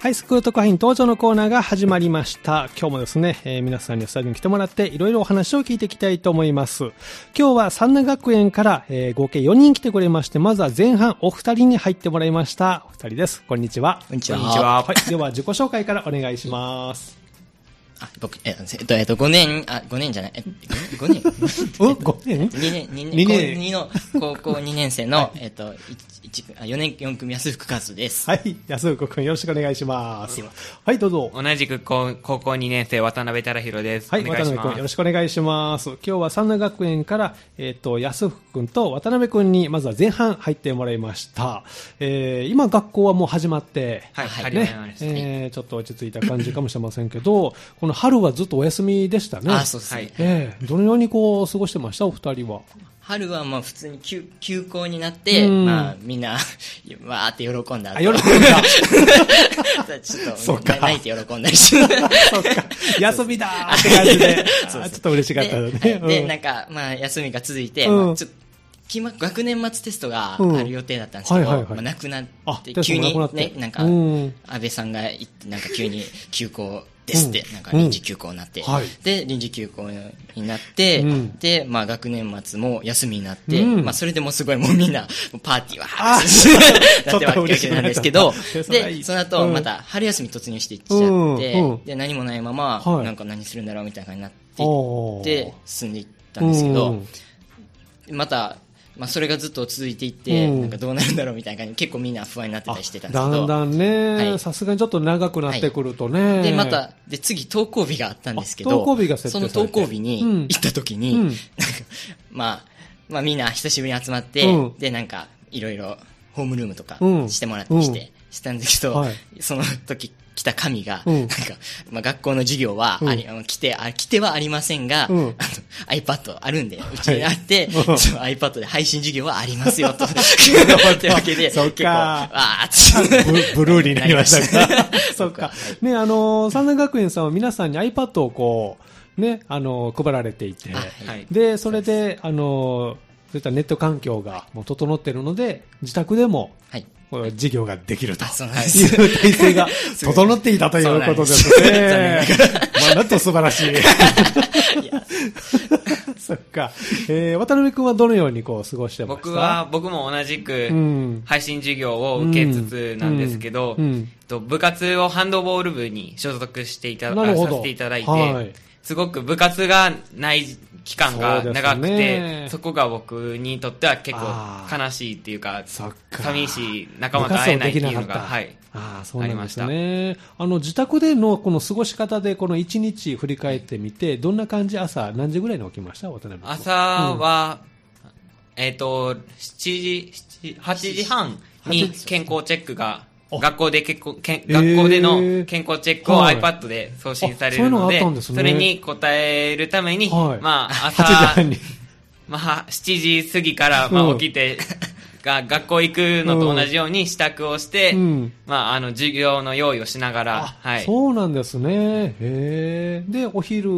はい、スクール特派員登場のコーナーが始まりました。今日もですね、えー、皆さんにスタジオに来てもらって、いろいろお話を聞いていきたいと思います。今日は三名学園から、えー、合計4人来てくれまして、まずは前半お二人に入ってもらいました。お二人です。こんにちは。こんにちは。はい、では自己紹介からお願いします。あ、僕、えっと、えっと、5年、あ、5年じゃない、え、5年 お ?5 年 ?2 年、2年、2の高校2年生の、はい、えっと、一あ4年4組安福和です。はい、安福君よろしくお願いします。はい、どうぞ。同じく高高校2年生渡辺太弘です。はい、渡辺君よろしくお願いします。今日は三名学園からえっ、ー、と安福君と渡辺君にまずは前半入ってもらいました。えー、今学校はもう始まって、はい、はい、ね、えー、ちょっと落ち着いた感じかもしれませんけど、 この春はずっとお休みでしたね。あ、そうですね。えー、どのようにこう過ごしてましたお二 人は。春はまあ普通に休休校になって、まあみんな、 わーって喜んだ。喜んだ ちょっと、そうか。泣いて喜んだりして。そう か。休みだーって感じで。そうそうちょっと嬉しかったね。で, うん、で、なんか、まあ休みが続いて、うんまあ、ちょっと、学年末テストがある予定だったんですけど、うんはいはいはい、まあ、なくなって、急にね、なんか、安倍さんが、なんか急に休校、ですって、うん、なんか臨時休校になって、うんはい、で、臨時休校になって、うん、で、まあ学年末も休みになって、まあそれでもすごいもうみんな、パーティーはー なってわけなんですけど、 で、その後また春休み突入していっちゃって、で、何もないまま、はい、なんか何するんだろうみたいな感じになっていって、進んでいったんですけど、また、まあ、それがずっと続いていって、なんかどうなるんだろうみたいな感じで結構みんな不安になってたりしてたんですけどだんだんねさすがにちょっと長くなってくるとね、はい、でまたで次登校日があったんですけど登校日が設定その登校日に行った時に、うんうん、 まあ、まあみんな久しぶりに集まって、うん、でなんかいろいろホームルームとかしてもらったりして、したんですけど、はい、その時来た紙が、うん、なんか、まあ、学校の授業はあり、うん、来て、あ来てはありませんが、うん、 あの iPad あるんで、うちにあって、はい、iPad で配信授業はあります よ、と。ってわけで、そっか。わあブブルーになりました か。そっか。ね、あのー、三田学園さんは皆さんに iPad をこう、ね、あのー、配られていて、はい、で、それで、あのー、そういったネット環境がもう整っているので、自宅でも、はい、事業ができるという体制 が整っていたということですね。まあ、なんと素晴らしい。 そっか。えー、渡辺君はどのようにこう過ごしてまし僕は、僕も同じく、配信授業を受けつつなんですけど、うんうんうん、と部活をハンドボール部に所属していただ、させていただいて、はい、すごく部活がない期間が長くてそ、ね,、こが僕にとっては結構悲しいっていうか寂しい仲間と会えないっていうのが、はい、あそうなんですねあの自宅でのこの過ごし方でこの1日振り返ってみてどんな感じ朝何時ぐらいに起きました渡辺朝は、うん、えっ、ー、と7時8時半に健康チェックが学校で結構けん、えー、学校での健康チェックを iPad で送信されるので、はいそ,でね、それに答えるために、はい、まあ朝、まあ7時過ぎからまあ起きて、が、うん、学校行くのと同じように支度をして、うん、まああの授業の用意をしながら、はい。そうなんですね。へで、お昼。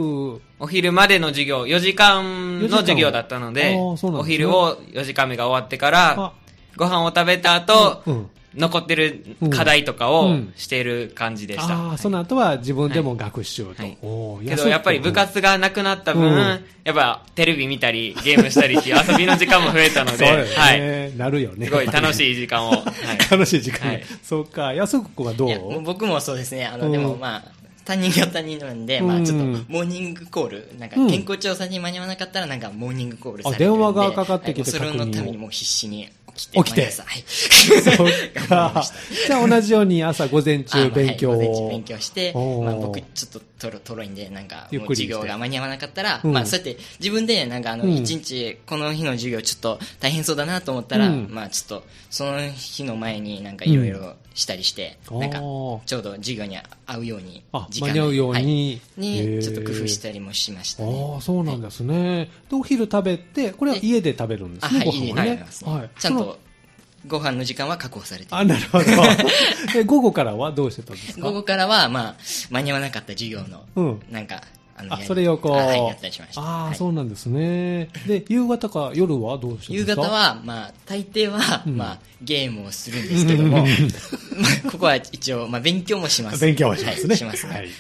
お昼までの授業、4時間の授業だったので、でね、お昼を4時間目が終わってから、ご飯を食べた後、うん残ってる課題とかをしている感じでした。うんうんはい、その後は自分でも学習と。はいはい、けどやっぱり部活がなくなった分、うん、やっぱテレビ見たりゲー ムしたりっていう遊びの時間も増えたので、ね、はい。なるよね。すごい楽しい時 間を。楽しい時間。そうか。安子はどう僕もそうですね。あの、でもまあ、担任が担任なんで、まあちょっと、モーニングコール、なんか健康調査に間に合わなかったら、なんかモーニングコールされて電話がかかってきてそれのためにもう必死に起きて。起きて。はい。そう か。じゃあ同じように朝午前中勉強を。まあはい、午前中勉強して、まあ僕ちょっととろとろいんで、なんか、もう授業が間に合わなかったら、うん、まあそうやって自分でなんかあの、一日この日の授業ちょっと大変そうだなと思ったら、うん、まあちょっとその日の前になんかいろいろしたりして、うん、なんかちょうど授業に合うように、時間間に合うように、はい、にちょっと工夫したりもしましたね。ああ、そうなんですね、はい、で、お昼食べて、これは家で食べるんですね。はい、家で食べます、ね、はい、ちゃんとご飯の時間は確保されてあ、なるほど。え、午後からはどうしてたんですか午後からは、まあ、間に合わなかった授業の、うん、なんか、あのあ、それをこう。はい、やったりしました。ああ、はいそうなんですね。で、夕方か夜はどうして夕ですか方は、まあ、大抵は、まあ、ゲームをするんですけど も、まあ、ここは一応、まあ、勉強もします。勉強はしますねはい、しますね。ははいい。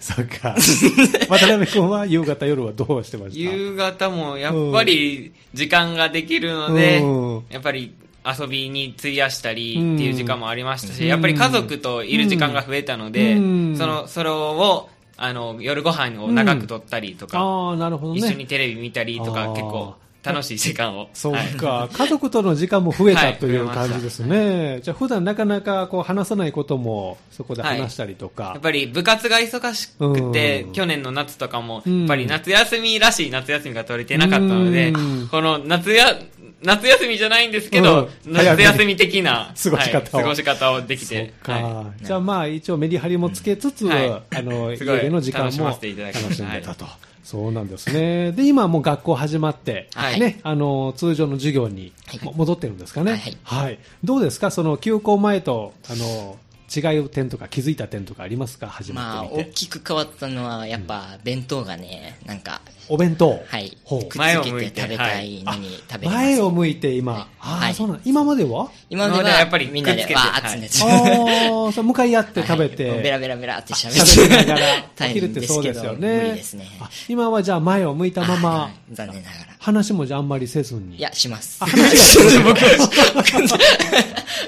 そっか。 渡辺君は夕方夜はどうしてました夕方もやっぱり時間ができるので、うんやっぱり遊びに費やしたりっていう時間もありましたし、やっぱり家族といる時間が増えたので、うんそのそれをあの夜ご飯を長くとったりとか、ああ、なるほどね。一緒にテレビ見たりとあかー結構楽しい時間を。そうはいか、家族との時間も増えはたいという感じですね。じゃあ普段なかなかこう話さないこともそこで話したりとか。やっぱり部活が忙しくてうん、去年の夏とかも、うんやっぱり夏休みらしい夏休みが取れてなかったのでうん、この夏や、夏休みじゃないんですけど、うん夏休み的な過ごし方をはい過ごし方をできて、そっか、はじゃあまあ一応メリハリもつけつつ、うんはいあの家すごいでの時間も楽しませていただきま楽ししたんでたと、そうなんですねで今もう学校始まって、はいね、あの通常の授業にはいも戻ってるんですかね、はいどうですかその休校前とあの違う点とか気づいた点とかありますか始ままあ、ってみ大て、きく変わったのは、やっぱ、弁当がね、なんか、お弁当、はい。ほうくっつ前を向けいてて食べたいのに食べれます。前を向いて今、はいああ、はいそうなん今までは今まで今まは、ではやっぱりみんなでくっつけてわー集めて、ああそう向かい合って食べて、はいもうベラベラベラって喋喋りなってが ら、お 大昼っ変でてそすけどうですよね。無理ですね。あ今はじゃあ前を向いたまあまはい、残念ながら。話もじゃああんまりせずに。いや、します。あ、話はする僕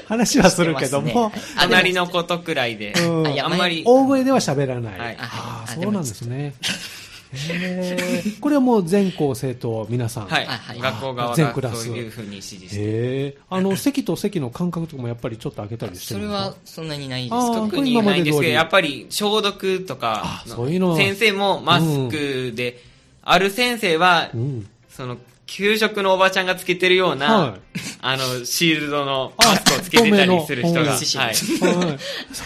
話 はするけども、してますねい。隣のことくらいで、うんあいやあんまり、大声では喋らない。はいあはあ、いそうなんですね。へーこれはもう全校生徒皆さん。はいへあはい学校側全クラがスそういうふうに指示して、え。あの、席と席の間隔とかもやっぱりちょっと開けたりしてそるれのはかそんなにないですあー特特ににないんですこれ今まで通けど、りやっぱり消毒とあかそういうのは先生もマスクで、ある先生はうん。その、給食のおばちゃんがつけてるような、はいあの、シールドのあマスクをつけてたりする人が、透明のうはい。んはい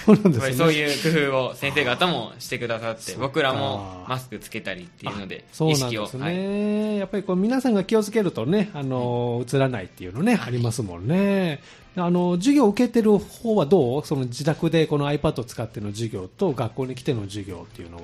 そうなんやっぱでりすそうね。いう工夫を先生方もしてくださって、僕らもそっかマスクつけたりっていうので、そう意なん識でを、すはい。ね、やっぱりこう皆さんが気をつけるとね、あの映らないっていうのね、ありますもんね。あの授業を受けてる方はどうその自宅でこの iPad を使っての授業と学校に来ての授業っていうのは。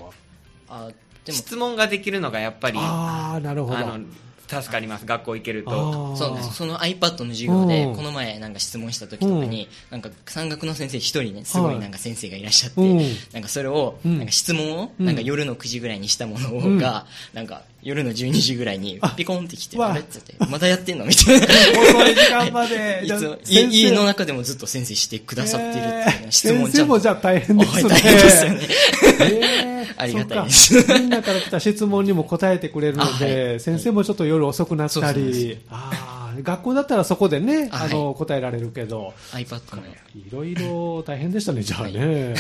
あでも質問ができるのがやっぱり、あああ、なるほど。の、助かります。学校行けると。あーそうですその iPad の授業でうんこの前なんか質問した時とかになんか山岳の先生一人ねすごいなんか先生がいらっしゃってうんなんかそれをうんなんか質問をうんなんか夜の9時ぐらいにしたものうんがなんか夜の12時ぐらいにピコンってきてわああれって言ってまたやってんのみたいな 遅い時間まで。いじゃあつも先生家家の中でもずっと先生してくださってるっていうえねー質問先ち生ゃんもとじゃあ大変ですね。はい大変ですよねえーありがたいでそすっかみんなから来た質問にも答えてくれるので、あはい先生もちょっと夜遅くなったそうそうり、あー学校だったらそこでね、ああの、答えられるけど、 iPad のいろいろ大変でしたね、じゃあね。ね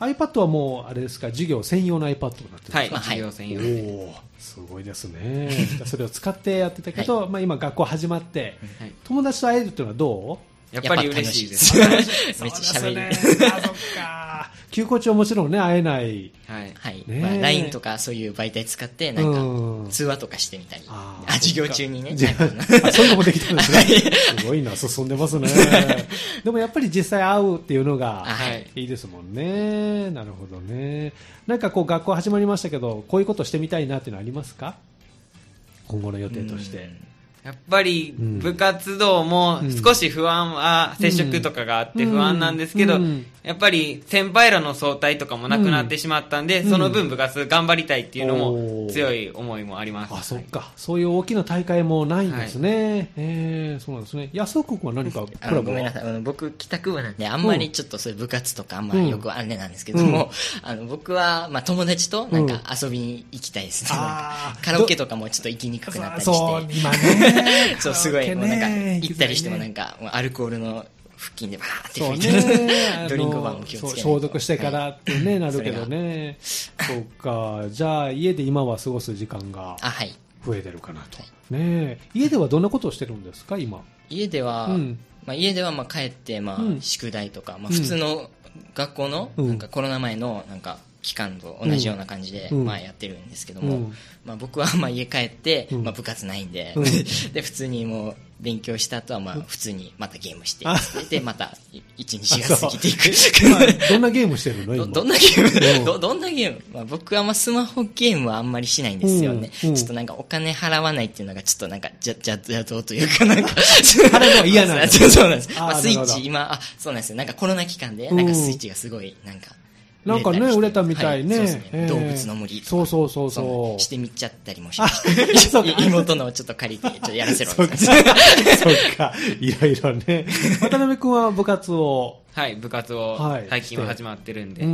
iPad はもう、あれですか、授業専用の iPad になってるんですかはい。まあはい授業専お用で。ーすごいですね。じゃあそれを使ってやってたけど、まあ今学校始まって、はい友達と会えるっていうのはどうやっぱり嬉しいです。やっぱはい楽しいですめっちゃ喋れるそうですねあそっか。休校中はもちろんね、会えない。はい。はい。ねえまあ、LINE とかそういう媒体使って、なうんんか、通話とかしてみたり。ああー、授業中にね。じゃなんか ああそういうのもできたんですね。すごいな、進んでますね。 でもやっぱり実際会うっていうのがあはいいいですもんね。なるほどね。なんかこう学校始まりましたけど、こういうことしてみたいなっていうのはありますか今後の予定 として。やっぱりうん部活動も少し不安は、接触とかがあって不安なんですけど、うんうんやっぱり先輩らの総体とかもなくなってしまったんで、うんその分部活頑張りたいっていうのおもー強い思いもあります。あ、そっか。そういう大きな大会もないんですね。えーそうなんですね。安岡君は何かコあラのボごめんなはさい。あの僕、帰宅部なんで、あんまりちょっとそういう部活とかあんまりよくあれなんですけども、あの、僕は、まあ、友達と、なんか遊びに行きたいですね。なあんかーカラオケとかもちょっと行きにくくなったりそう、して。今ね。そう、すごい、もうなんか、行ったりしてもなんんか、もうアルコールの付近でバーってそう吹いて、 ね 、ドリンクバーも気をつけないそとう消毒してからってね、なるけどね。そうか。じゃあ、家で今は過ごす時間があ、はい。増えてるかなとは。ねえ家ではどんなことをしてるんですか、今。家では、うんまあ、家ではまあ帰ってまうんあ宿題とか、まあ、普通の学校のうんなんかコロナ前のなんか期間と同じような感じでうんまあやってるんですけどうも、んまあ、僕はまあ家帰ってうん まあ部活ないんで、うんで普通にもう勉強した後は、まあ、普通にまたゲームして、で、また、一日が過 ぎていく。どんなゲームしてる のどんなゲーム どどんなゲーム、まあ、僕はまあスマホゲームはあんまりしないんですよね。ちょっとなんかお金払わないっていうのが、ちょっとなんか、じゃ、じゃ、邪道というかなんか、 あれも嫌なんです そうなんです。まあ、スイッチ、今、あ、そうなんですよ。なんかコロナ期間で、なんかスイッチがすごい、なんか、なんかね、売れたみたいね。動物の森。そうそうそうそうしてみちゃったりもし ました。 妹のちょっと借りて、ちょっとやらせろそっ か、いろいろね。 渡辺君は部活 をはい、部活を、最近は始まってるんで。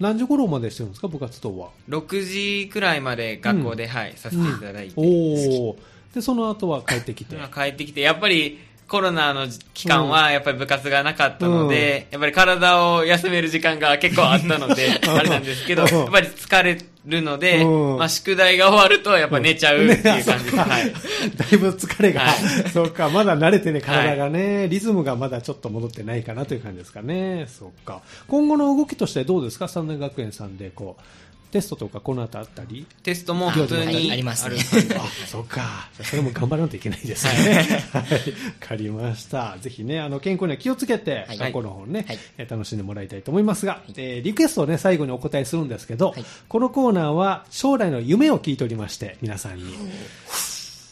何時頃までしてるんですか、部活動は。 6時くらいまで学校で、はい、させていただいて。おで、その後は帰ってきて。帰ってきて、やっぱり、コロナの期間はやっぱり部活がなかったので、うん、やっぱり体を休める時間が結構あったの で、あれなんですけど、やっぱり疲れるので、うん、まあ宿題が終わるとやっぱ寝ちゃうっていう感じです。うんね、はい、 だいぶ疲れが、はい、 そうか、まだ慣れてね、体がね、はい、リズムがまだちょっと戻ってないかなという感じですかね。そうか。今後の動きとしてどうですか三年学園さんでこう。テストとかこの後あったりテストも普通にありますね。あ、そうか。それも頑張らないといけないですね。はい。わ、かりました。ぜひね、あの、健康には気をつけて、学校の方ね、は楽しんでもらいたいと思いますが、えリクエストをね、最後にお答えするんですけど、このコーナーは将来の夢を聞いておりまして、皆さんに。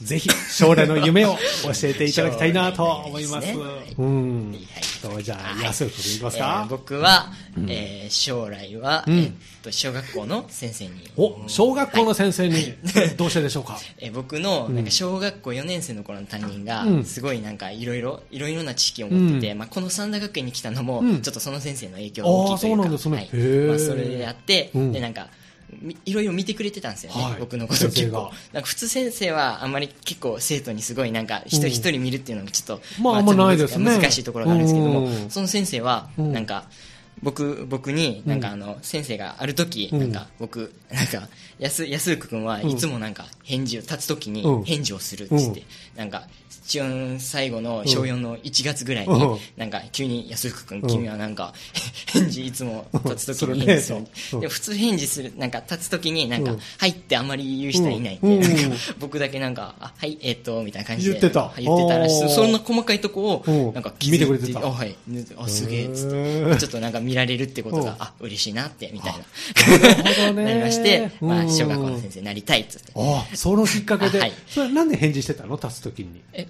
ぜひ、将来の夢を教えていただきたいなと思います。うん。と、じゃあ、安く君いきますか、僕は、え将来は、えっと、小学校の先生に。お、小学校の先生に、どうしてでしょう か、え僕の、なんか、小学校4年生の頃の担任が、すごいなんか、いろいろ、いろいろな知識を持ってて、まあ、この三田学園に来たのも、ちょっとその先生の影響が大きいというか。あ、そうなんですね。はい、まあ、それであって、で、なんか、いろいろ見てくれてたんですよね、はい、僕のこと結構。なんか普通先生はあんまり結構生徒にすごいなんか一人一人見るっていうのがちょっと、うん、まあ、あんまないですね。難しいところがあるんですけども、その先生はなんか、僕、僕に、なんかあの、先生がある時、なんか僕、なんか、安、安く君はいつもなんか返事を、立つ時に返事をするって言って、なんか、一応最後の小4の1月ぐらいに、なんか急に安福君、君はなんか、返事いつも立つ時に返事する。で普通返事する、なんか立つ時になんか、はいってあんまり言う人いないんで、なんか僕だけなんか、あ、はい、えっと、みたいな感じで。言ってた。言ってたらしそんな細かいとこを、なんか見てくれてた。あ、はい。あ、すげえ、つって。ちょっとなんか見られるってことが、あ、嬉しいなって、みたいな。なりまして、まあ、小学校の先生になりたいっつって。あ、そのきっかけで。それなんで返事してたの立つ時に。え、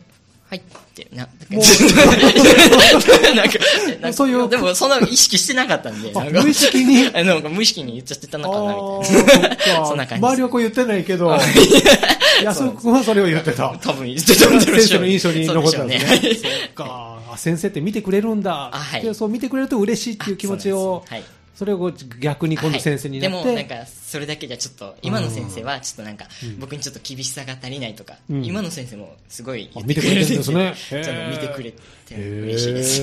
はいって、な、ん か、そういう。でも、そんな意識してなかったんで、無意 識になんか無意識に言っちゃってたのかな、 みたいな。そんな感じ。周りはこう言ってないけど、安く君はそれを言って た。多分言ってたんでしょう。選手の印象に残ったんですね。そうか。先生って見てくれるんだ。で、そう見てくれると嬉しいっていう気持ちを。はい。それを逆に今度先生にでもなんかそれだけじゃちょっと今の先生はちょっとなんか僕にちょっと厳しさが足りないとか、今の先生もすごい見てくれてるんですねちょっと見てくれて嬉しいです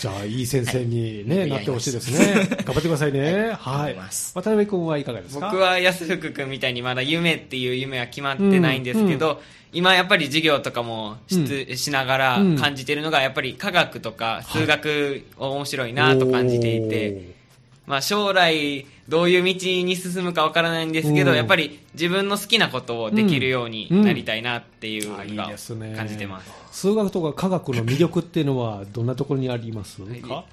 じゃあいい先生に、ねなってほしいですね頑張ってくださいねはい渡辺君はいかがですか僕は安福君みたいにまだ夢っていう夢は決まってないんですけど、今やっぱり授業とかもし,、しながら感じてるのがやっぱり科学とか数学面白いなと感じていて、まあ、将来どういう道に進むかわからないんですけど、やっぱり自分の好きなことをできるようになりたいなっていうのが感じてます,、数学とか科学の魅力っていうのはどんなところにありますか、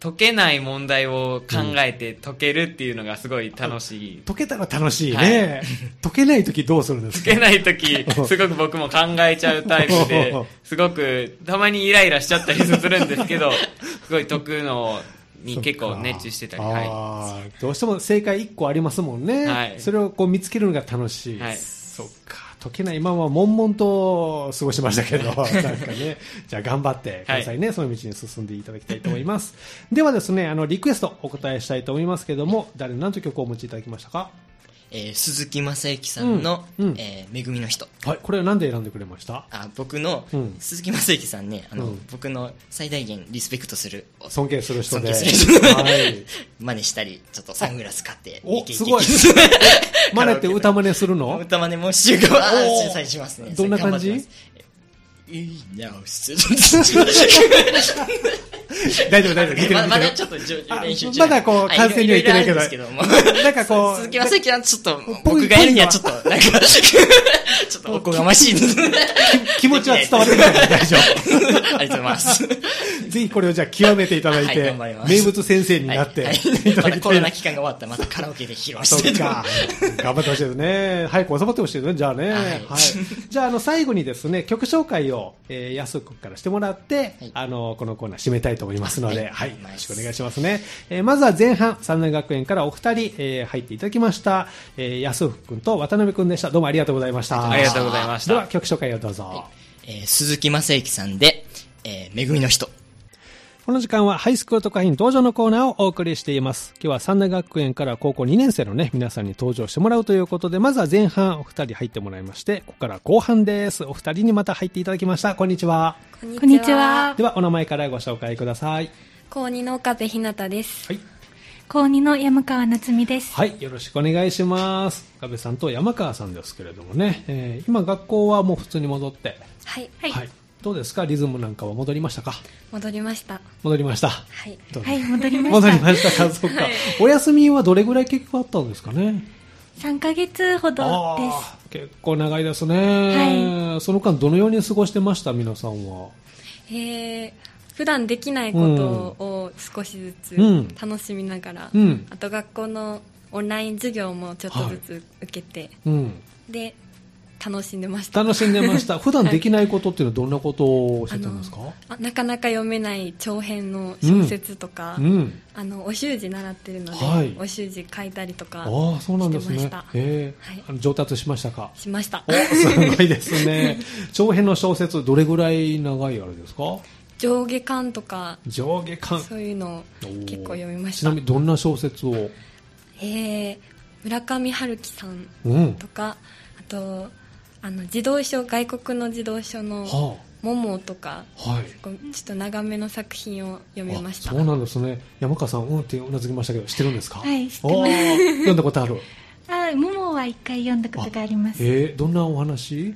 解けない問題を考えて解けるっていうのがすごい楽しい。うん、解けたら楽しいね。解けない時どうするんです、か解けない時、すごく僕も考えちゃうタイプで、すごくたまにイライラしちゃったりするんですけど、すごい解くのをに結構熱中してたり、はいどうしても正解1個ありますもんね、はい、それをこう見つけるのが楽しい、はい、そっか解けないまま悶々と過ごしましたけどなんかねじゃあ頑張ってくださいね、はい、その道に進んでいただきたいと思いますではですねあのリクエストお答えしたいと思いますけども誰何と曲をお持ちいただきましたかえー、鈴木雅之さんの「うんうん、えー、恵みの人」はい、これは何で選んでくれましたあ僕の、うん、鈴木雅之さんねあの、うん、僕の最大限リスペクトする尊敬する人で尊敬する人、はい、真似したりちょっとサングラス買っておすごい真似って歌真似するの歌真似もしようあ主催しますねどんな感じいいな、失礼。 大丈夫、大丈夫。まだ、まだちょっと練習まだこう、完全にはいってないけど。なんかこう。鈴木は最近はちょっと、僕がやるにはちょっと、なんか、 ちょっとおこがましい 気持ちは伝わってるから大丈夫。ありがとうございます。ぜひこれをじゃあ極めていただいて、名物先生になって、コロナ期間が終わったらまたカラオケで披露して、とか。頑張ってほしいですね。早く収まってほしいですね、じゃあね。はい。じゃあ、あの、最後にですね、曲紹介を、えー、安くからしてもらって、あの、このコーナー締めたいと思いますので、はい。よろしくお願いしますね。えー、まずは前半、三大学園からお二人、えー、入っていただきました、えー、安く君と渡辺君でした。どうもありがとうございました。ありがとうございました。では、曲紹介をどうぞ。はいえー、鈴木正幸さんで、えー、めぐみの人。この時間はハイスクール特派員登場のコーナーをお送りしています。今日は三大学園から高校2年生のね、皆さんに登場してもらうということで、まずは前半お二人入ってもらいまして、ここから後半です。お二人にまた入っていただきました。こんにちは。こんにちは。では、お名前からご紹介ください。高2の岡部ひなたです。はい。高2の山川夏美です。はい、よろしくお願いします。岡部さんと山川さんですけれどもね、えー、今学校はもう普通に戻って。はい。はい、はいどうですかリズムなんかは戻りましたか戻りました戻りましたはい、はい、戻りました戻りましたかそうか、はい、お休みはどれぐらい結構あったんですかね3か月ほどです結構長いですね、はい、その間どのように過ごしてました皆さんはえー、普段できないことを少しずつ楽しみながら、うんうん、あと学校のオンライン授業もちょっとずつ受けて、はいうん、で楽しんでました楽しんでました 普段できないことっていうのはどんなことをしてたんですかなかなか読めない長編の小説とか、うんうん、あのお習字習ってるので、はい、お習字書いたりとかあそうなんですね、えーはい、上達しましたかしましたすごいです ね長編の小説どれぐらい長いあれですか上下巻とか上下巻そういうの結構読みましたちなみにどんな小説をえー、村上春樹さんとか、うん、あとあの児童書外国の児童書の「モモとか、はい、ちょっと長めの作品を読みましたそうなんですね山川さんうんってうなずきましたけど知ってるんですかはい知って読んだことあ るあモモは一回読んだことがありますえー、どんなお話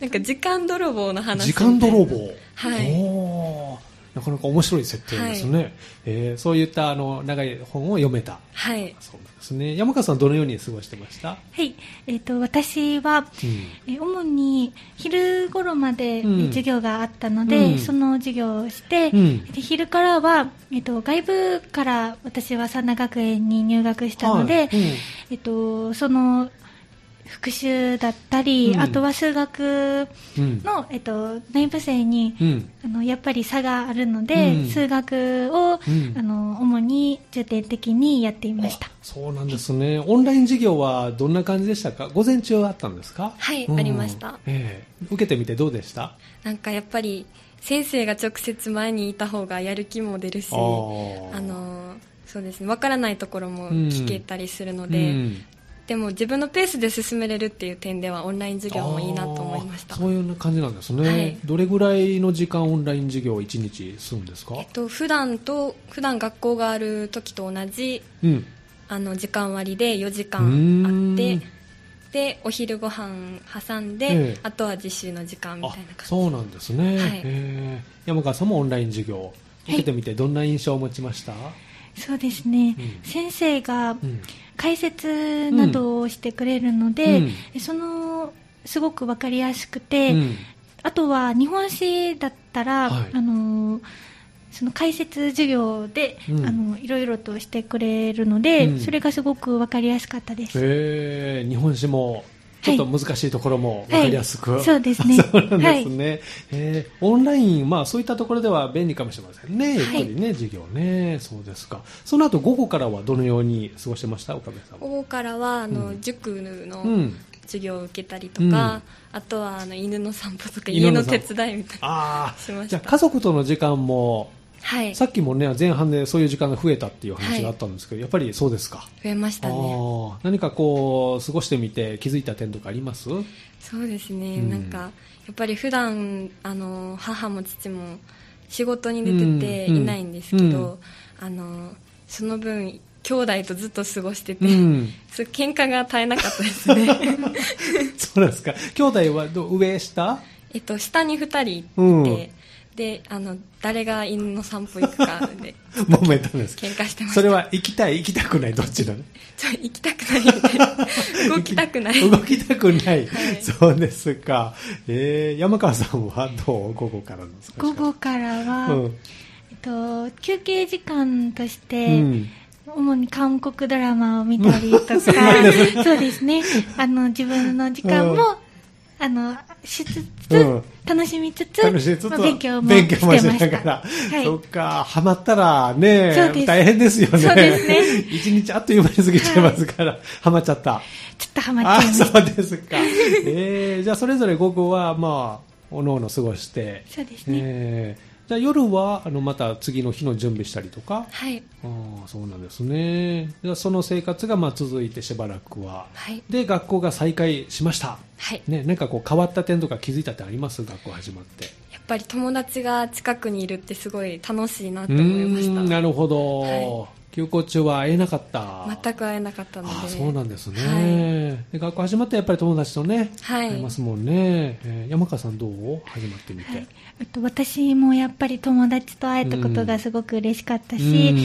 なんか時間泥棒の話時間泥棒はいおなかなか面白い設定ですね、はい、えー、そういったあの長い本を読めた、はい、そうなんですね山川さん、どのように過ごしてましたはい、えーと、と私は、うん、え主に昼頃まで授業があったので、うん、その授業をして、うん、で昼からは、えーと、と外部から私は三田学園に入学したので、はい、えーと、とその復習だったり、うん、あとは数学の、うん、えっと、内部生に、うん、あのやっぱり差があるので、数学を、あの主に重点的にやっていました、そうなんですねオンライン授業はどんな感じでしたか午前中はあったんですかはい、ありました、えー、受けてみてどうでしたなんかやっぱり先生が直接前にいた方がやる気も出るしあのそうですね分からないところも聞けたりするので、でも自分のペースで進めれるっていう点ではオンライン授業もいいなと思いましたそういう感じなんですね、はい、どれぐらいの時間オンライン授業を1日するんですか、えっと、普段と普段学校がある時と同じ、うん、あの時間割で4時間あってでお昼ご飯挟んで、えー、あとは実習の時間みたいな感じそうなんですね、はい、えー、山川さんもオンライン授業受けてみてどんな印象を持ちました、はいそうですね、うん、先生が、うん解説などをしてくれるので、うんうん、そのすごく分かりやすくて、うん、あとは日本史だったら、はい、あのその解説授業で、あのいろいろとしてくれるので、それがすごく分かりやすかったです。へ日本史もちょっと難しいところも分かりやすく、はいはい、 そうですね。そうなんですね。はい、えー、オンライン、まあそういったところでは便利かもしれませんね。ゆっくりね、授業ね。そうですか。その後午後からはどのように過ごしてました岡部さん午後からは、あの、うん、塾の、授業を受けたりとか、うん、あとはあの犬の散歩とか家の手伝いみたいなあしましたじゃ家族との時間もはい、さっきもね前半でそういう時間が増えたっていう話があったんですけど、はい、やっぱりそうですか増えましたね何かこう過ごしてみて気づいた点とかありますそうですね、うん、なんかやっぱり普段あの母も父も仕事に出てていないんですけど、あのその分兄弟とずっと過ごしてて、うん、 喧嘩が絶えなかったですねそうなんですか兄弟はど上下 えっと下に2人いて、うんであの誰が犬の散歩行くかで揉めたんです喧嘩してましたそれは行きたい行きたくないどっちなのちょ行きたくない 動きたくない動きたくない、はい、そうですか、えー、山川さんはどう午後からですか午後からは、うん、えっと、休憩時間として、うん主に韓国ドラマを見たりとか、そうですね。あの、自分の時間も、あの、しつつ、楽しみつつ、勉強もしてながら。そっか、ハマったらね、大変ですよね。そうですね。 一日あっという間に過ぎちゃいますから、ハマっちゃった。ちょっとハマっちゃいました。そうですか。えー、じゃあそれぞれ午後は、まあ、おのおの過ごして。そうですね。じゃ夜はあのまた次の日の準備したりとか、はい、あそうなんですねじゃその生活がまあ続いてしばらくは、はい、で学校が再開しました、はいね、なんかこう変わった点とか気づいたってあります学校始まってやっぱり友達が近くにいるってすごい楽しいなと思いましたなるほど、はい、休校中は会えなかった全く会えなかったのであそうなんですね、はい、で学校始まってやっぱり友達とね、はい、会いますもんね、えー、山川さんどう始まってみて、はい私もやっぱり友達と会えたことがすごく嬉しかったし、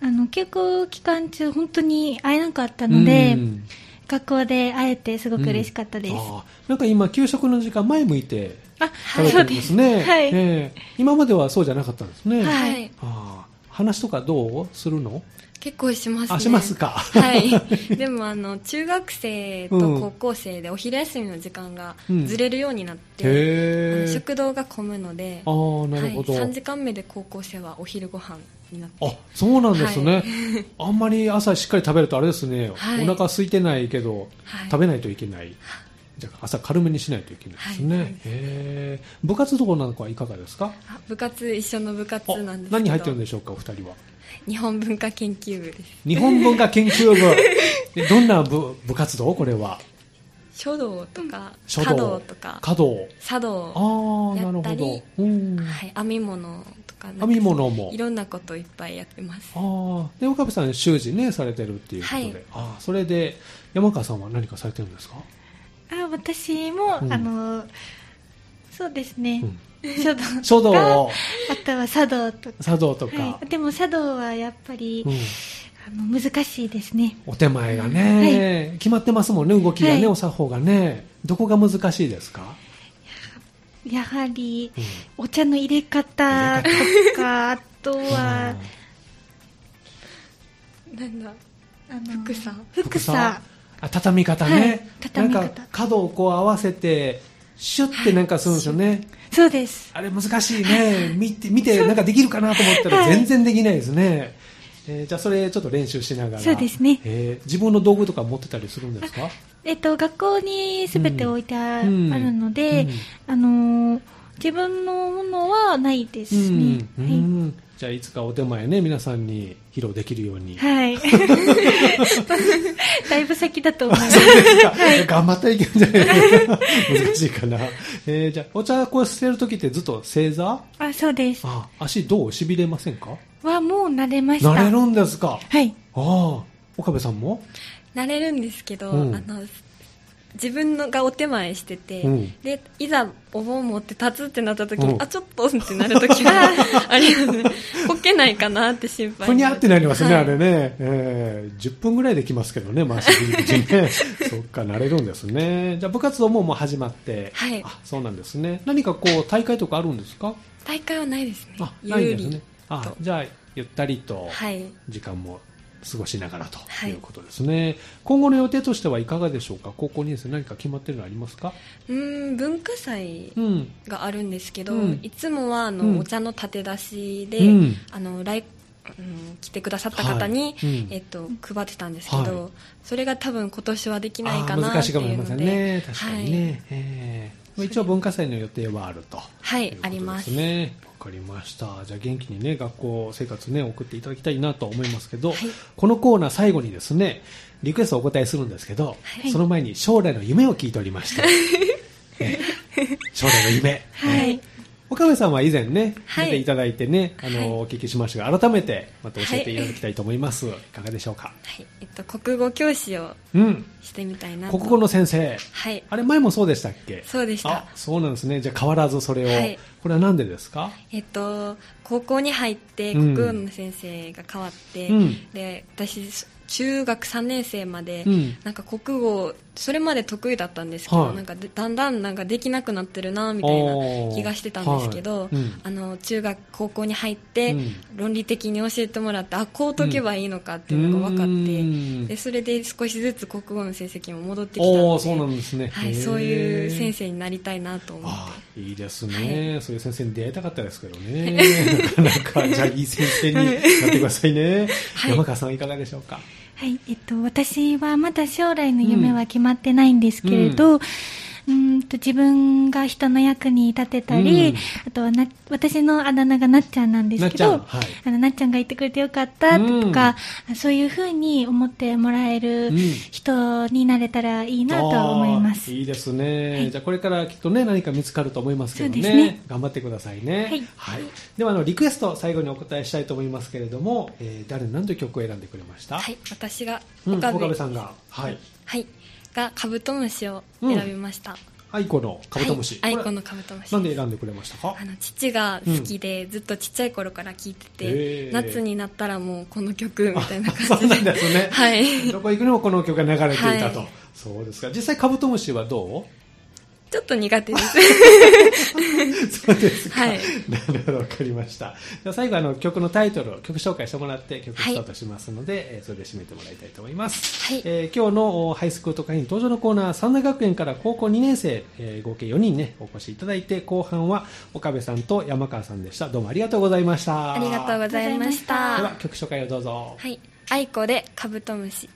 うん、あの休校期間中本当に会えなかったので、うん、学校で会えてすごく嬉しかったです、うん、なんか今給食の時間前向いて食べてるんですね、はい、えー、今まではそうじゃなかったんですね、はい、あ話とかどうするの結構します、ね、あしますか はいでもあの中学生と高校生でお昼休みの時間がずれるようになって、うん、食堂が混むのであなるほど、はい、3時間目で高校生はお昼ご飯になってあそうなんですね、はい、あんまり朝しっかり食べるとあれですね、はい、お腹空いてないけど、はい、食べないといけないじゃ朝軽めにしないといけないですね、はい、えー、部活動なんかはいかがですか部活一緒の部活なんです何入ってるんでしょうかお二人は日本文化研究部です日本文化研究 部どんな部部活動これは書道とか書道とか華道茶道ああなるほど、うん、はい、編み物とか編み物もいろんなこといっぱいやってますああで岡部さん習字ねされてるっていうことで、はい、あそれで山川さんは何かされてるんですかあ私も、うん、あのそうですね、うん書道書道あとは茶道とか茶道とか、はい、でも茶道はやっぱり、うん、あの難しいですねお手前がね、はい、決まってますもんね動きがね、はい、お作法がねどこが難しいですかやはり、うん、お茶の入れ方とかあとは、うん、なんだあの福さ福さあ畳み方ね、畳み方なんか角をこう合わせてシュッてなんかするんですよね、はい、そうですあれ難しいね見て見てなんかできるかなと思ったら全然できないですね、はい、えー、じゃあそれちょっと練習しながらそうですね、えー、自分の道具とか持ってたりするんですか、えっ、ー、と学校にすべて置いてあ,、るので、うんうん、あのー、自分のものはないですね、うんはいじゃあいつかお手前ね皆さんに披露できるように はい だいぶ先だと思いますはい、 頑張ったらいけるんじゃない 難しいかな、えー、じゃあお茶こう捨てる時ってずっと正座あそうですあ足どうしびれませんかはもう慣れました慣れるんですかはいああ岡部さんも慣れるんですけど、うん、あの自分のがお手前してて、うん、でいざお盆持って立つってなった時に、うん、あちょっとってなる時は ありますねこけないかなって心配ふにゃってなりますね、はい、あれね、えー、10分ぐらいできますけどね回し切り口 ねそっか慣れるんですねじゃあ部活動ももう始まって、はい、あそうなんですね何かこう大会とかあるんですか大会はないですねあないですねあじゃあゆったりと時間も、はい過ごしながらということですね、はい、今後の予定としてはいかがでしょうか高校2年生何か決まってるのありますかうん文化祭があるんですけど、うん、いつもはあの、うん、お茶の立て出しで、うん、あの来うん、来てくださった方に、はい、えっと、配ってたんですけど、はい、それが多分今年はできないかな難しいかもしれませんね確かにね、えー一応文化祭の予定はあると。はい、いね、あります。ね。わかりました。じゃあ元気にね、学校生活ね、送っていただきたいなと思いますけど、はい、このコーナー最後にですね、リクエストをお答えするんですけど、はい、その前に 将来の夢を聞いておりまして、将来の夢。はい。岡、岡部さんは以前ね、はい、出ていただいてね、あの、はい、お聞きしましたが、改めてまた教えていただきたいと思います。はい、いかがでしょうか。はい、えっと、国語教師をしてみたいな、うん、国語の先生。はい。あれ、前もそうでしたっけそうでした。そうなんですね。じゃあ変わらずそれを。はい、これは何でですかえっと、高校に入って国語の先生が変わって、うん、で、私、中学3年生まで、うん、なんか国語それまで得意だったんですけど、はい、なんかだんだんなんかできなくなってるなみたいな気がしてたんですけど、はいうん、あの中学高校に入って、うん、論理的に教えてもらってあこう解けばいいのかっていうのが分かって、でそれで少しずつ国語の成績も戻ってきたのでそうなんですね、はい、そういう先生になりたいなと思っていいですね、はい、そういう先生に出会いたかったですけどね なかなかじゃあいい先生になってくださいね、山川さんいかがでしょうかはい、えっと、私はまだ将来の夢は決まってないんですけれど、うん、うんと自分が人の役に立てたり、うん、あとはな私のあだ名がなっちゃんなんですけどなっ,はい、あのなっちゃんがいてくれてよかったとか、うん、そういうふうに思ってもらえる人になれたらいいなと思います、いいですね、はい、じゃあこれからきっとね何か見つかると思いますけどね、ね、頑張ってくださいね、はい、はい、ではあのリクエスト最後にお答えしたいと思いますけれども、えー、誰何という曲を選んでくれました、はい私が岡部,うん、部さんがはい、はい、がカブトムシを選びました、うん、アイコのカブトムシ、はい、アイコのカブトムシなんで選んでくれましたかあの父が好きで、うん、ずっとちっちゃい頃から聴いてて、夏になったらもうこの曲みたいな感じでそうなんですね、はい、 どこ行くにもこの曲が流れていたと、はい、そうですか実際カブトムシはどうちょっと苦手です。そうです か。はい、 なるほど、わかりました。じゃ最後、あの、曲のタイトルを曲紹介してもらって曲スタートしますので、はい、えー、それで締めてもらいたいと思います。はい、えー、今日のハイスクール特派員登場のコーナー、三大学園から高校2年生、えー、合計4人ね、お越しいただいて、後半は岡部さんと山川さんでした。どうもありがとうございました。ありがとうございました。では、曲紹介をどうぞ。はい。愛子でカブトムシ。